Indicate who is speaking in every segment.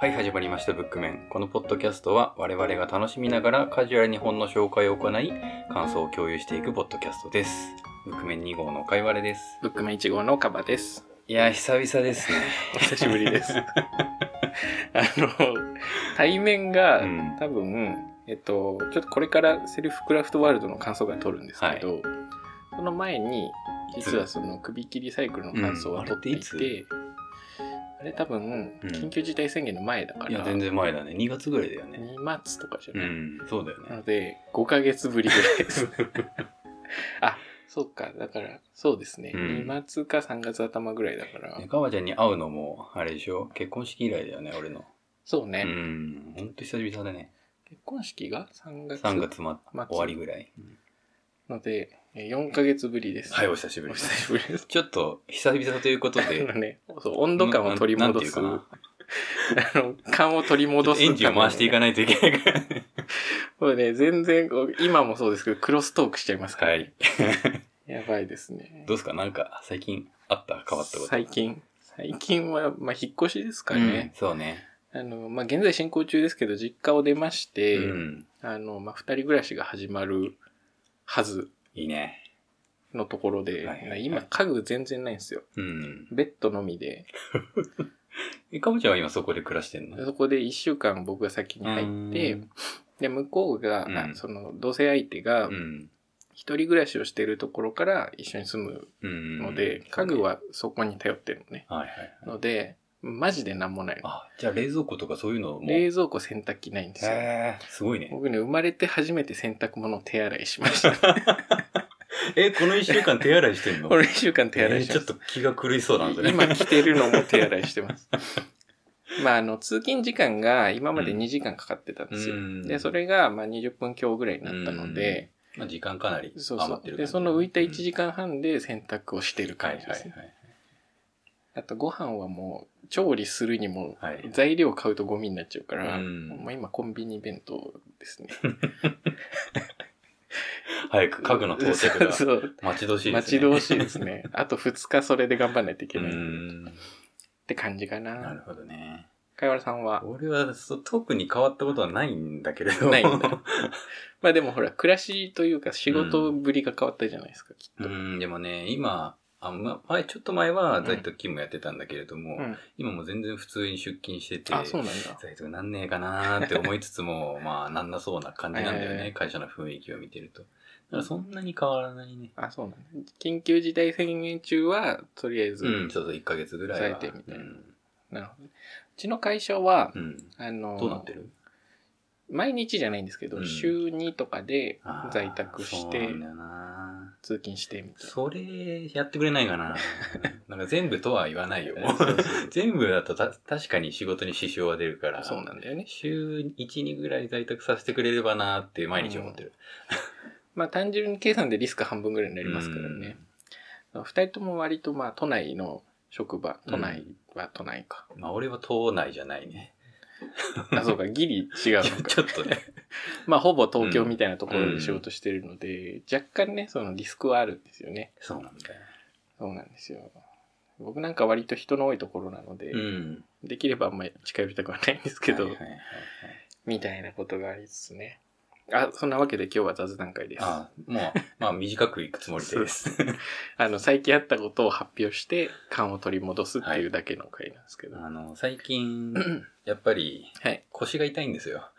Speaker 1: はい、始まりました、ブックメン。このポッドキャストは、我々が楽しみながらカジュアルに本の紹介を行い、感想を共有していくポッドキャストです。ブックメン2号のかいわれです。
Speaker 2: ブックメン1号のカバ です。
Speaker 1: いやー、久々ですね。
Speaker 2: お久しぶり です。あの、対面が、
Speaker 1: うん
Speaker 2: 多分、えっと、ちょっとこれからセルフクラフトワールドの感想が取るんですけど、その前に、
Speaker 1: いつ
Speaker 2: 実はその首切りサイクルの感想
Speaker 1: うん
Speaker 2: を
Speaker 1: あれ
Speaker 2: 取
Speaker 1: っ
Speaker 2: ってて
Speaker 1: い
Speaker 2: い
Speaker 1: つ
Speaker 2: て、あれ多分、
Speaker 1: うん
Speaker 2: 緊急事態宣言の前だから、
Speaker 1: いや、全然前だね。2月ぐらいだよね。
Speaker 2: 2月とかじゃ
Speaker 1: う
Speaker 2: ない、
Speaker 1: ん、そうだよ
Speaker 2: な
Speaker 1: ね。
Speaker 2: ので、5ヶ月ぶりぐらい です。あ、そうか、だから、そうですね。
Speaker 1: うん
Speaker 2: 2月か3月頭ぐらいだから、
Speaker 1: ねかわちゃんに会うのも、あれでしょ結婚式以来だよね、俺の。
Speaker 2: そう
Speaker 1: う
Speaker 2: ね。
Speaker 1: ん、ほんと久々だね。
Speaker 2: 結婚式が3月
Speaker 1: 3月ま
Speaker 2: 末
Speaker 1: 終わりぐらい。
Speaker 2: ので、えー4ヶ月ぶりです。
Speaker 1: はい、
Speaker 2: お
Speaker 1: お久しぶりで
Speaker 2: 久
Speaker 1: す。
Speaker 2: しぶりです。
Speaker 1: ちょっと、久々ということ
Speaker 2: あ
Speaker 1: で
Speaker 2: の、 ね、そう温度感を取り戻す、
Speaker 1: ななんていう
Speaker 2: あ
Speaker 1: か
Speaker 2: の、感を取り
Speaker 1: な
Speaker 2: 戻す
Speaker 1: エンジンを回していか
Speaker 2: な
Speaker 1: な
Speaker 2: い。
Speaker 1: いといけないから。
Speaker 2: これね、全然こう、今もそうですけど、クロストークしちゃいますから、
Speaker 1: は
Speaker 2: ね。
Speaker 1: い。
Speaker 2: やばいですね。
Speaker 1: どうですかなんか、最近あった変わったこと。
Speaker 2: 最近。最近は、まあ、引っ越しですかね。
Speaker 1: うんそうね。
Speaker 2: あの、まあ、現在進行中ですけど、実家を出まして、
Speaker 1: うん。
Speaker 2: あの、まあ、二人暮らしが始まるはず
Speaker 1: いいね。
Speaker 2: のところで、
Speaker 1: はいはいはい
Speaker 2: 今、家具全然ないんですよ。
Speaker 1: うん。
Speaker 2: ベッドのみで、
Speaker 1: え、かぼちゃんは今そこで暮らしてんの
Speaker 2: そこで1週間僕が先に入って、で、向こうが、
Speaker 1: うん
Speaker 2: あその、同棲相手が
Speaker 1: う、ん。
Speaker 2: 一人暮らしをしているところから一緒に住
Speaker 1: うん。
Speaker 2: むので、家具。はそこに頼ってるのね。
Speaker 1: はいはい。
Speaker 2: ので、マジでなんもないの。
Speaker 1: あ、じゃあ冷蔵庫とかそういうのも。
Speaker 2: 冷蔵庫洗濯機ないんですよ。
Speaker 1: へーすごいね。
Speaker 2: 僕ね、生まれて初めて洗濯物を手洗いしま した。
Speaker 1: え、この一週間手洗いして んの
Speaker 2: この1週間手洗
Speaker 1: え
Speaker 2: い
Speaker 1: ー
Speaker 2: し
Speaker 1: ち
Speaker 2: ま
Speaker 1: ょっ
Speaker 2: した
Speaker 1: と。気が狂いそうなんですね。
Speaker 2: 今着てるのも手洗いし てます。まあ、あの、通勤時間が今まで2時間かかってたんですよ。
Speaker 1: ん
Speaker 2: で、それが、まあ、20分強ぐらいになったので、
Speaker 1: まあ時間かなり
Speaker 2: そうそ
Speaker 1: 余って
Speaker 2: う。
Speaker 1: る。
Speaker 2: で、その浮いた1時間半で洗濯をしてる
Speaker 1: 間。は
Speaker 2: 感
Speaker 1: い
Speaker 2: じ
Speaker 1: は
Speaker 2: で
Speaker 1: い
Speaker 2: すね。
Speaker 1: はい。
Speaker 2: あと、ご飯はもう、調理するにも
Speaker 1: はい、
Speaker 2: 材料買うとゴミになっちゃうから、
Speaker 1: うん
Speaker 2: もう今、コンビニ弁当ですね。
Speaker 1: 早く家具の到着が
Speaker 2: そう。
Speaker 1: 待ち遠しいで
Speaker 2: 待
Speaker 1: すね。
Speaker 2: ち遠しいですね。あと2日それで頑張らないといけ
Speaker 1: う
Speaker 2: ない。っ
Speaker 1: ん。
Speaker 2: て感じか
Speaker 1: なる
Speaker 2: な。
Speaker 1: ほどね。
Speaker 2: かいわらさんは。
Speaker 1: 俺はそう特に変わったことはないんだけれども。
Speaker 2: ないん だまあでもほら、暮らしというか仕事ぶりが変わったじゃないですか、きっ
Speaker 1: う
Speaker 2: と。
Speaker 1: ん、でもね、今、あま、前、ちょっと前は在宅勤務やってたんだけれども、
Speaker 2: うん
Speaker 1: 今もう全然普通に出勤してて、
Speaker 2: あ、そうなんだ。
Speaker 1: 在宅なんねえかなーって思いつつ も、まあ、なんなそうな感じなんだよね、
Speaker 2: えー
Speaker 1: 会社の雰囲気を見てると。だからそんなに変わらないね。
Speaker 2: あ、そうなんだ。緊急事態宣言中は、とりあえず、
Speaker 1: うん、そうそう、1ヶ月ぐらいは。
Speaker 2: 在宅みたいな
Speaker 1: うん
Speaker 2: なるほどね。うちの会社は、
Speaker 1: うん。
Speaker 2: あの、
Speaker 1: どうなってる
Speaker 2: 毎日じゃないんですけど、
Speaker 1: うん
Speaker 2: 週2とかで
Speaker 1: あー
Speaker 2: 在宅し
Speaker 1: そう
Speaker 2: て
Speaker 1: なんだよな
Speaker 2: 通勤してみたい
Speaker 1: それ、やってくれないか ななんか全部とは言わないよ。
Speaker 2: な。そう
Speaker 1: 全部だとた確かに仕事に支障は出るから
Speaker 2: そうなんだよね。
Speaker 1: 週12ぐらい在宅させてくれればなーって毎日思ってる、
Speaker 2: まあ単純計算でリスク半分ぐらいになりますからね。二人とも割とまあ都内の職場、都内は都内か。
Speaker 1: うんまあ俺は島内じゃない ね
Speaker 2: あ、そうか、ギリ違うのか。
Speaker 1: ちょっとね
Speaker 2: まあほぼ東京みたいなところで仕事してるので、若干ね、そのリスクはあるんですよね。
Speaker 1: そうなんだよ
Speaker 2: そうなんですよ。僕なんか割と人の多いところなので、
Speaker 1: うん
Speaker 2: できればあんまり近寄りたくはないんですけど、
Speaker 1: はいはいはいはい
Speaker 2: みたいなことがありつつね。あ、そんなわけで今日は雑談会です。あ
Speaker 1: ああもうまあ短くいくつもりです
Speaker 2: の、最近あったことを発表して、感を取り戻すっていうだけの会なんですけど。
Speaker 1: あの最近やっぱり
Speaker 2: はい。
Speaker 1: 腰が痛いんですよ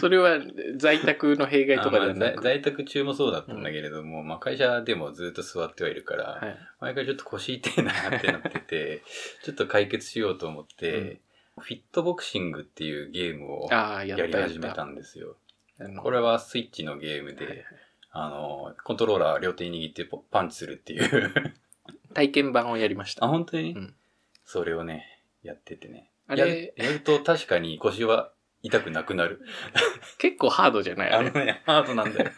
Speaker 2: それは、在宅の弊害とかでは
Speaker 1: あまあ
Speaker 2: な
Speaker 1: 在
Speaker 2: く。
Speaker 1: 在宅中もそうだったんだけれども、まあ会社でもずっと座ってはいるから、
Speaker 2: はい。
Speaker 1: 毎回ちょっと腰痛いなってなって て、ちょっと解決しようと思って、フィットボクシングっていうゲームをや
Speaker 2: ああ、やった
Speaker 1: り
Speaker 2: や
Speaker 1: 始
Speaker 2: っ
Speaker 1: めた
Speaker 2: た。
Speaker 1: んですよ。
Speaker 2: あの
Speaker 1: これはスイッチのゲームで、
Speaker 2: はいはい
Speaker 1: あの、コントローラー両手に握ってポパンチするっていう。
Speaker 2: 体験版をやりました。
Speaker 1: あ、
Speaker 2: あ
Speaker 1: 本当に、
Speaker 2: うん
Speaker 1: それをね、やっててね。やる
Speaker 2: れ、
Speaker 1: やると確かに腰は痛くなくなる。
Speaker 2: 結構ハードじゃないあ
Speaker 1: あ
Speaker 2: れ
Speaker 1: のね、ハードなんだよ。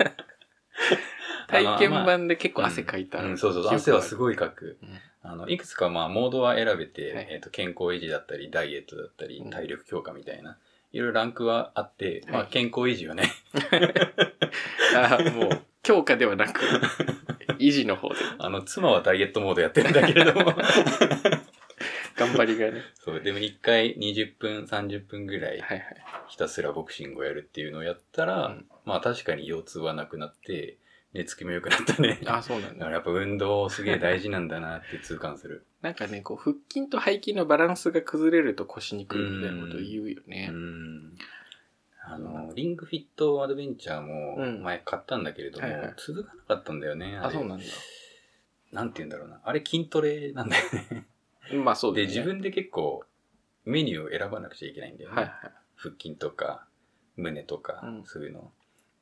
Speaker 2: 体験
Speaker 1: あのまあ
Speaker 2: 版で結構汗かいた。
Speaker 1: うん、そうそう、汗はす
Speaker 2: ごい。
Speaker 1: ごいかく。
Speaker 2: うん
Speaker 1: あのいくつかまあモードは選べて、
Speaker 2: はい
Speaker 1: えー、と健康維持だったりダイエットだったり
Speaker 2: うん
Speaker 1: 体力強化みたいな、いろいろランクはあって、まあ、
Speaker 2: はい
Speaker 1: 健康維持はね
Speaker 2: ああ、もう、強化では なく、維持の方で。
Speaker 1: あの妻はダイエットモードやってるんだけれども
Speaker 2: 頑張りがね。
Speaker 1: そう、でも一回20分、30分ぐらい
Speaker 2: はいはい。
Speaker 1: ひたすらボクシングをやるっていうのをやったら、
Speaker 2: うん
Speaker 1: まあ確かに腰痛はなくなって、寝つきも良くなったね。
Speaker 2: あ、そうなん
Speaker 1: だか
Speaker 2: だ。
Speaker 1: らやっぱ運動すげえ大事なんだなって痛感する。
Speaker 2: なんかね、こう、腹筋と背筋のバランスが崩れると腰にくるみたいなことを言うよ
Speaker 1: う
Speaker 2: ね。
Speaker 1: ん。あの、リングフィットアドベンチャーも
Speaker 2: うん
Speaker 1: 前買ったんだけれども、
Speaker 2: はいはい
Speaker 1: 続かなかったんだよね。
Speaker 2: あ、
Speaker 1: れ
Speaker 2: そうなんだ。
Speaker 1: なんて言うんだろうな。あれ筋トレなんだよね。
Speaker 2: まあそうだ
Speaker 1: で、
Speaker 2: よね。
Speaker 1: 自分で結構メニューを選ばなくちゃいけないんだよね。
Speaker 2: はいはい。
Speaker 1: 腹筋とか胸とか
Speaker 2: うん
Speaker 1: そういうの。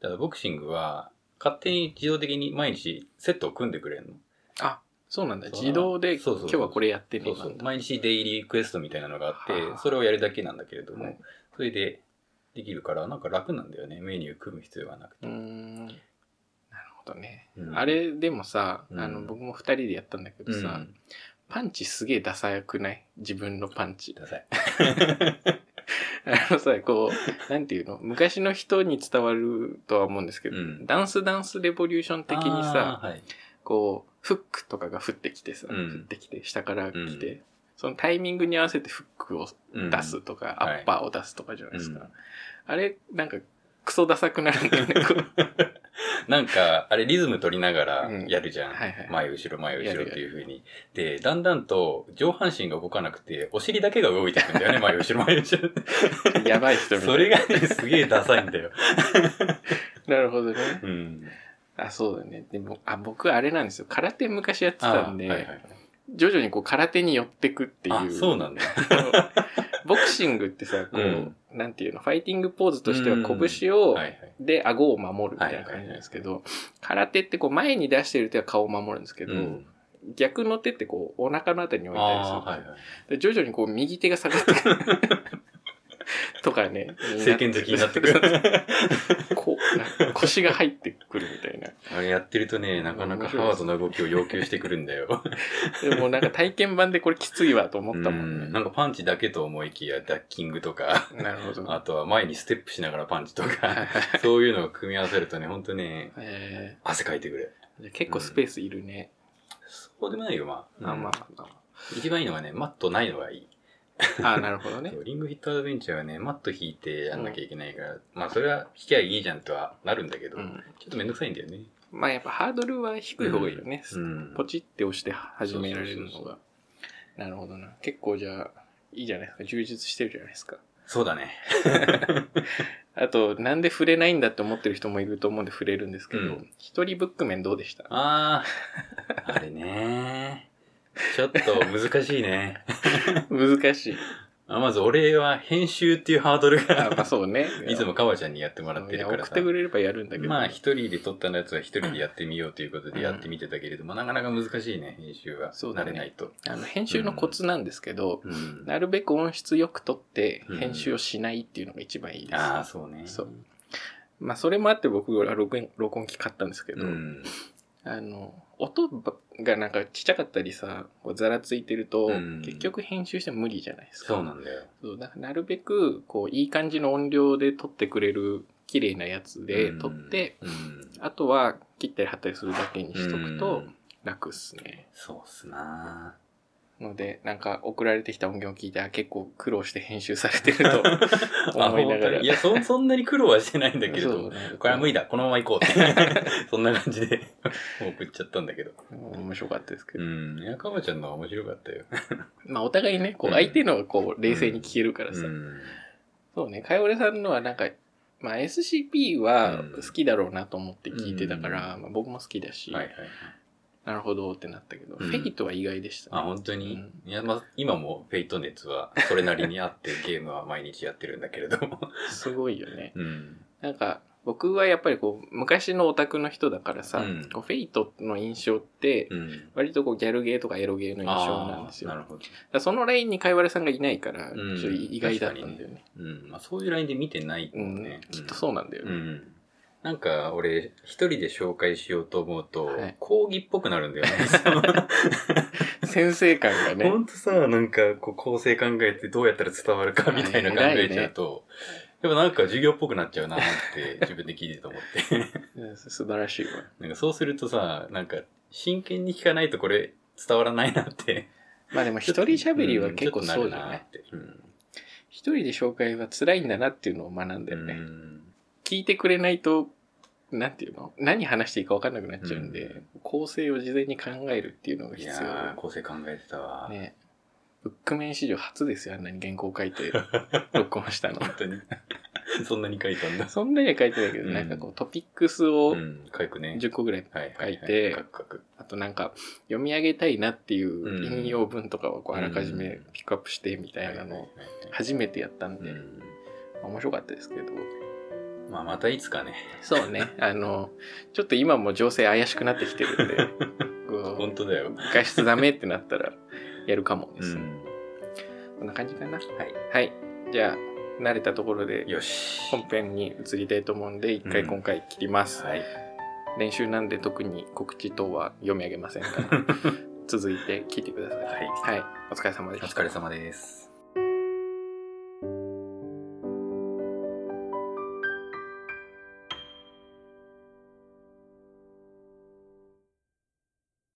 Speaker 1: ただボクシングは勝手に自動的に毎日セットを組んでくれるの。
Speaker 2: あ、そうなんだ。
Speaker 1: そう
Speaker 2: 自動で、
Speaker 1: そうそう
Speaker 2: 今日はこれやってね。
Speaker 1: そうそ
Speaker 2: な。
Speaker 1: うん
Speaker 2: だ
Speaker 1: 毎日デイリークエストみたいなのがあって
Speaker 2: はあ、
Speaker 1: それをやるだけなんだけれど
Speaker 2: は
Speaker 1: も
Speaker 2: い、
Speaker 1: それでできるからなんか楽なんだよね。メニュー組む必要がなくて。
Speaker 2: うーん。なるほどね。
Speaker 1: うん
Speaker 2: あれでもさ、
Speaker 1: うん
Speaker 2: あの、僕も二人でやったんだけど
Speaker 1: う
Speaker 2: さ、
Speaker 1: ん。
Speaker 2: パンチすげえダサくない自分のパンチ。
Speaker 1: ダサい。
Speaker 2: あのさ、こう、なんていうの昔の人に伝わるとは思うんですけど、
Speaker 1: うん
Speaker 2: ダンスダンスレボリューション的にさ、
Speaker 1: あー、はい
Speaker 2: こう、フックとかが降ってきてさ、
Speaker 1: うん
Speaker 2: 降ってきて、下から来て、
Speaker 1: う
Speaker 2: そのタイミングに合わせてフックを
Speaker 1: うん
Speaker 2: 出すとか、
Speaker 1: うん
Speaker 2: アッパーを出すとかじゃないですか。
Speaker 1: うん
Speaker 2: あれ、なんか、クソダサくなるんだよね。こ う
Speaker 1: なんか、あれリズム取りながらやるじゃん。
Speaker 2: うんはいはい
Speaker 1: 前後ろ前後
Speaker 2: やる
Speaker 1: ろっ
Speaker 2: やる
Speaker 1: ていう風に。で、だんだんと上半身が動かなくて、お尻だけが動いていくんだよ ね、前後ろ前後ろ。
Speaker 2: やばい人みたいな。
Speaker 1: それがね、すげえダサいんだよ。
Speaker 2: なるほどね。
Speaker 1: うん。
Speaker 2: あ、そうだね。でも、あ、僕あれなんですよ。空手昔やって
Speaker 1: あ
Speaker 2: たんで、
Speaker 1: はいはい、
Speaker 2: 徐々にこう空手に寄ってくっていう。
Speaker 1: あ、そうなんだ。
Speaker 2: ボクシングってさ、こう、
Speaker 1: うん
Speaker 2: なんていうの、ファイティングポーズとしては
Speaker 1: うん
Speaker 2: 拳を、
Speaker 1: はいはい。
Speaker 2: で、顎を守るみたいな感じなんですけど、空手ってこう前に出してる手は顔を守るんですけど、
Speaker 1: うん
Speaker 2: 逆の手ってこうお腹のあたりに置いたりする
Speaker 1: あ
Speaker 2: ん
Speaker 1: ー、は
Speaker 2: で
Speaker 1: い
Speaker 2: すよ
Speaker 1: はい。
Speaker 2: で徐々にこう右手が下がっ てくる。とかね。
Speaker 1: 政権的になってくる。
Speaker 2: こう、なんか腰が入ってくるみたいな。
Speaker 1: あれやってるとね、なかなかハードな動きを要求してくるんだ よ。
Speaker 2: でもなんか体験版でこれきついわと思
Speaker 1: う
Speaker 2: ったもんね。
Speaker 1: んなんかパンチだけと思いきや、ダッキングとか、
Speaker 2: なるほど。
Speaker 1: あとは前にステップしながらパンチと
Speaker 2: はい
Speaker 1: か、
Speaker 2: はい
Speaker 1: そういうのを組み合わせるとね、ほんとね、
Speaker 2: え
Speaker 1: 汗かいてくる。
Speaker 2: ーじゃあ結構スペースいるね。
Speaker 1: そうでもないよ、まあ。
Speaker 2: あま
Speaker 1: うん
Speaker 2: あま
Speaker 1: 一番いいのはね、マットないのがいい。
Speaker 2: あ。あなるほど ね
Speaker 1: そ。うリングヒットアドベンチャーはね、マット引いてやんなきゃいけないから、まあそれは引きゃいいじゃんとはなるんだけど、
Speaker 2: うん
Speaker 1: ちょっとめんどくさいんだよね。
Speaker 2: まあやっぱハードルは低い方がいいよね。
Speaker 1: うん
Speaker 2: ポチって押して始められる
Speaker 1: そ
Speaker 2: の
Speaker 1: うそう
Speaker 2: が。なるほどな。結構じゃあ、いいじゃないですか。充実してるじゃないですか。
Speaker 1: そうだね。
Speaker 2: あと、なんで触れないんだって思ってる人もいると思うんで触れるんですけ
Speaker 1: う
Speaker 2: ど
Speaker 1: ん、
Speaker 2: 一、人ブックメンどうでした
Speaker 1: ああ、あれね。ちょっと難しいね。
Speaker 2: 難しい。
Speaker 1: あまず俺は編集っていうハードル
Speaker 2: あまあ
Speaker 1: が、
Speaker 2: そうね
Speaker 1: 。いつもかわちゃんにやってもらって
Speaker 2: い
Speaker 1: る
Speaker 2: や
Speaker 1: から
Speaker 2: 送っ
Speaker 1: さ
Speaker 2: て。くれればやるんだけど。
Speaker 1: まあ一人で撮ったやつは一人でやってみようということでやってみてたけれども、なかなか難しいね、編集は。
Speaker 2: そうだ
Speaker 1: 慣
Speaker 2: ね
Speaker 1: れないと。
Speaker 2: あの編集のコツなんですけど、
Speaker 1: うん、
Speaker 2: なるべく音質よく撮って
Speaker 1: うん
Speaker 2: 編集をしないっていうのが一番いいです。
Speaker 1: ああ、そうね。
Speaker 2: そうまあそれもあって僕は録音録音機買ったんですけど、
Speaker 1: うん。
Speaker 2: あの、音がなんかちっちゃかったりさ、こうざらついてると、
Speaker 1: うん
Speaker 2: 結局編集しても無理じゃないですか。
Speaker 1: そうなんだよ。
Speaker 2: そうだからなるべく、こう、いい感じの音量で撮ってくれる綺麗なやつで撮って、
Speaker 1: うん、
Speaker 2: あとは切ったり貼ったりするだけにしとく
Speaker 1: う
Speaker 2: と
Speaker 1: ん
Speaker 2: 楽っすね。
Speaker 1: そうっすな
Speaker 2: ので、なんか送られてきた音源を聞いて、あ、結構苦労して編集されてる と思いなが
Speaker 1: あ本当
Speaker 2: ら。
Speaker 1: にいやそ、そんなに苦労はしてないんだけれど
Speaker 2: そう
Speaker 1: も、
Speaker 2: ね
Speaker 1: これは無理だ、このまま行こう って。そんな感じで、 もう送っちゃったんだけど。
Speaker 2: 面白かったですけ
Speaker 1: う
Speaker 2: ど。
Speaker 1: ん。いや、かばちゃんのは面白かったよ。
Speaker 2: まあ、お互いね、こう、
Speaker 1: うん
Speaker 2: 相手のがこう、冷静に聞けるからさ。
Speaker 1: ん。
Speaker 2: そうね、かよれさんのはなんか、まあ SCP は好きだろうなと思って聞いてたから、まあ、僕も好きだし、
Speaker 1: はいはいはい。
Speaker 2: なるほどってなったけど、
Speaker 1: うん
Speaker 2: フェイトは意外でした、
Speaker 1: あ、本当に、
Speaker 2: うん
Speaker 1: いや、まあ、今もフェイト熱はそれなりにあ ってゲームは毎日やってるんだけれども。
Speaker 2: すごいよね。
Speaker 1: うん。
Speaker 2: なんか、僕はやっぱりこう、昔のオタクの人だからさ、
Speaker 1: うん
Speaker 2: こうフェイトの印象って、
Speaker 1: うん。
Speaker 2: 割とこうギャルゲーとかエロゲーの印象なんですよ。
Speaker 1: あー
Speaker 2: だ
Speaker 1: な
Speaker 2: か
Speaker 1: るほど。
Speaker 2: らそのラインにかいわれさんがいないから、ち
Speaker 1: う
Speaker 2: ょ
Speaker 1: ん
Speaker 2: っと意外だったんだよね。
Speaker 1: うん。まあ、そういうラインで見てないも
Speaker 2: うんん、
Speaker 1: ね。
Speaker 2: きっとそうなんだよ
Speaker 1: う
Speaker 2: ね。
Speaker 1: ん。なんか、俺、一人で紹介しようと思うと、
Speaker 2: はい
Speaker 1: 講義っぽくなるんだよ ね。
Speaker 2: 先生感が ね
Speaker 1: ほ。んとさ、なんか、こう、構成考えてどうやったら伝わるかみたいな考えちゃう と、やっぱなんか授業っぽくなっちゃうなって、自分で聞いてて思って。
Speaker 2: うん素晴らしいわ。
Speaker 1: なんかそうするとさ、なんか、真剣に聞かないとこれ伝わらないなって
Speaker 2: まあでも一人喋りは結構なる
Speaker 1: な
Speaker 2: よね。
Speaker 1: って。うん
Speaker 2: 一人で紹介は辛いんだなっていうのを学んだよね。
Speaker 1: うん
Speaker 2: 聞いてくれないと、なんていうの何話していいか分かんなくなっちゃうんで、
Speaker 1: う
Speaker 2: 構成を事前に考えるっていうのが
Speaker 1: い
Speaker 2: 必
Speaker 1: やー、構成考えてた
Speaker 2: 要。
Speaker 1: わ。
Speaker 2: ね。ブックメン史上初ですよ、あんなに原稿を書い て録音したの。
Speaker 1: 本当に。 そんなに書いたんだ。
Speaker 2: そんなには書いてないけど、
Speaker 1: うん
Speaker 2: なんかこうトピックスを
Speaker 1: うん、書くね。
Speaker 2: 10個ぐらい、
Speaker 1: はいはは
Speaker 2: 書いて
Speaker 1: 書く書く。
Speaker 2: あとなんか読み上げたいなっていう
Speaker 1: うん
Speaker 2: 引用文とかをこうあらかじ
Speaker 1: う
Speaker 2: め
Speaker 1: ん
Speaker 2: ピックアップしてみたい
Speaker 1: は
Speaker 2: なの
Speaker 1: い
Speaker 2: を
Speaker 1: はいはい
Speaker 2: 初めてやったん
Speaker 1: う
Speaker 2: で、
Speaker 1: ん
Speaker 2: 面白かったですけど。
Speaker 1: まあ、またいつかね。
Speaker 2: そ うね。あの、ちょっと今も情勢怪しくなってき てるんで、こ
Speaker 1: 本当だよ
Speaker 2: う。外出ダメってなったらやるかもで
Speaker 1: う
Speaker 2: す。
Speaker 1: ん。
Speaker 2: こんな感じかな。
Speaker 1: はい。
Speaker 2: はい。じゃあ、慣れたところで
Speaker 1: よし。
Speaker 2: 本編に移りたいと思うんで、一回
Speaker 1: うん
Speaker 2: 今回切ります。
Speaker 1: はい。
Speaker 2: 練習なんで特に告知等は 読み上げませんから、続いて聞いてください。
Speaker 1: はい。
Speaker 2: はい。お疲れ様で
Speaker 1: お
Speaker 2: した
Speaker 1: 疲。れ様です。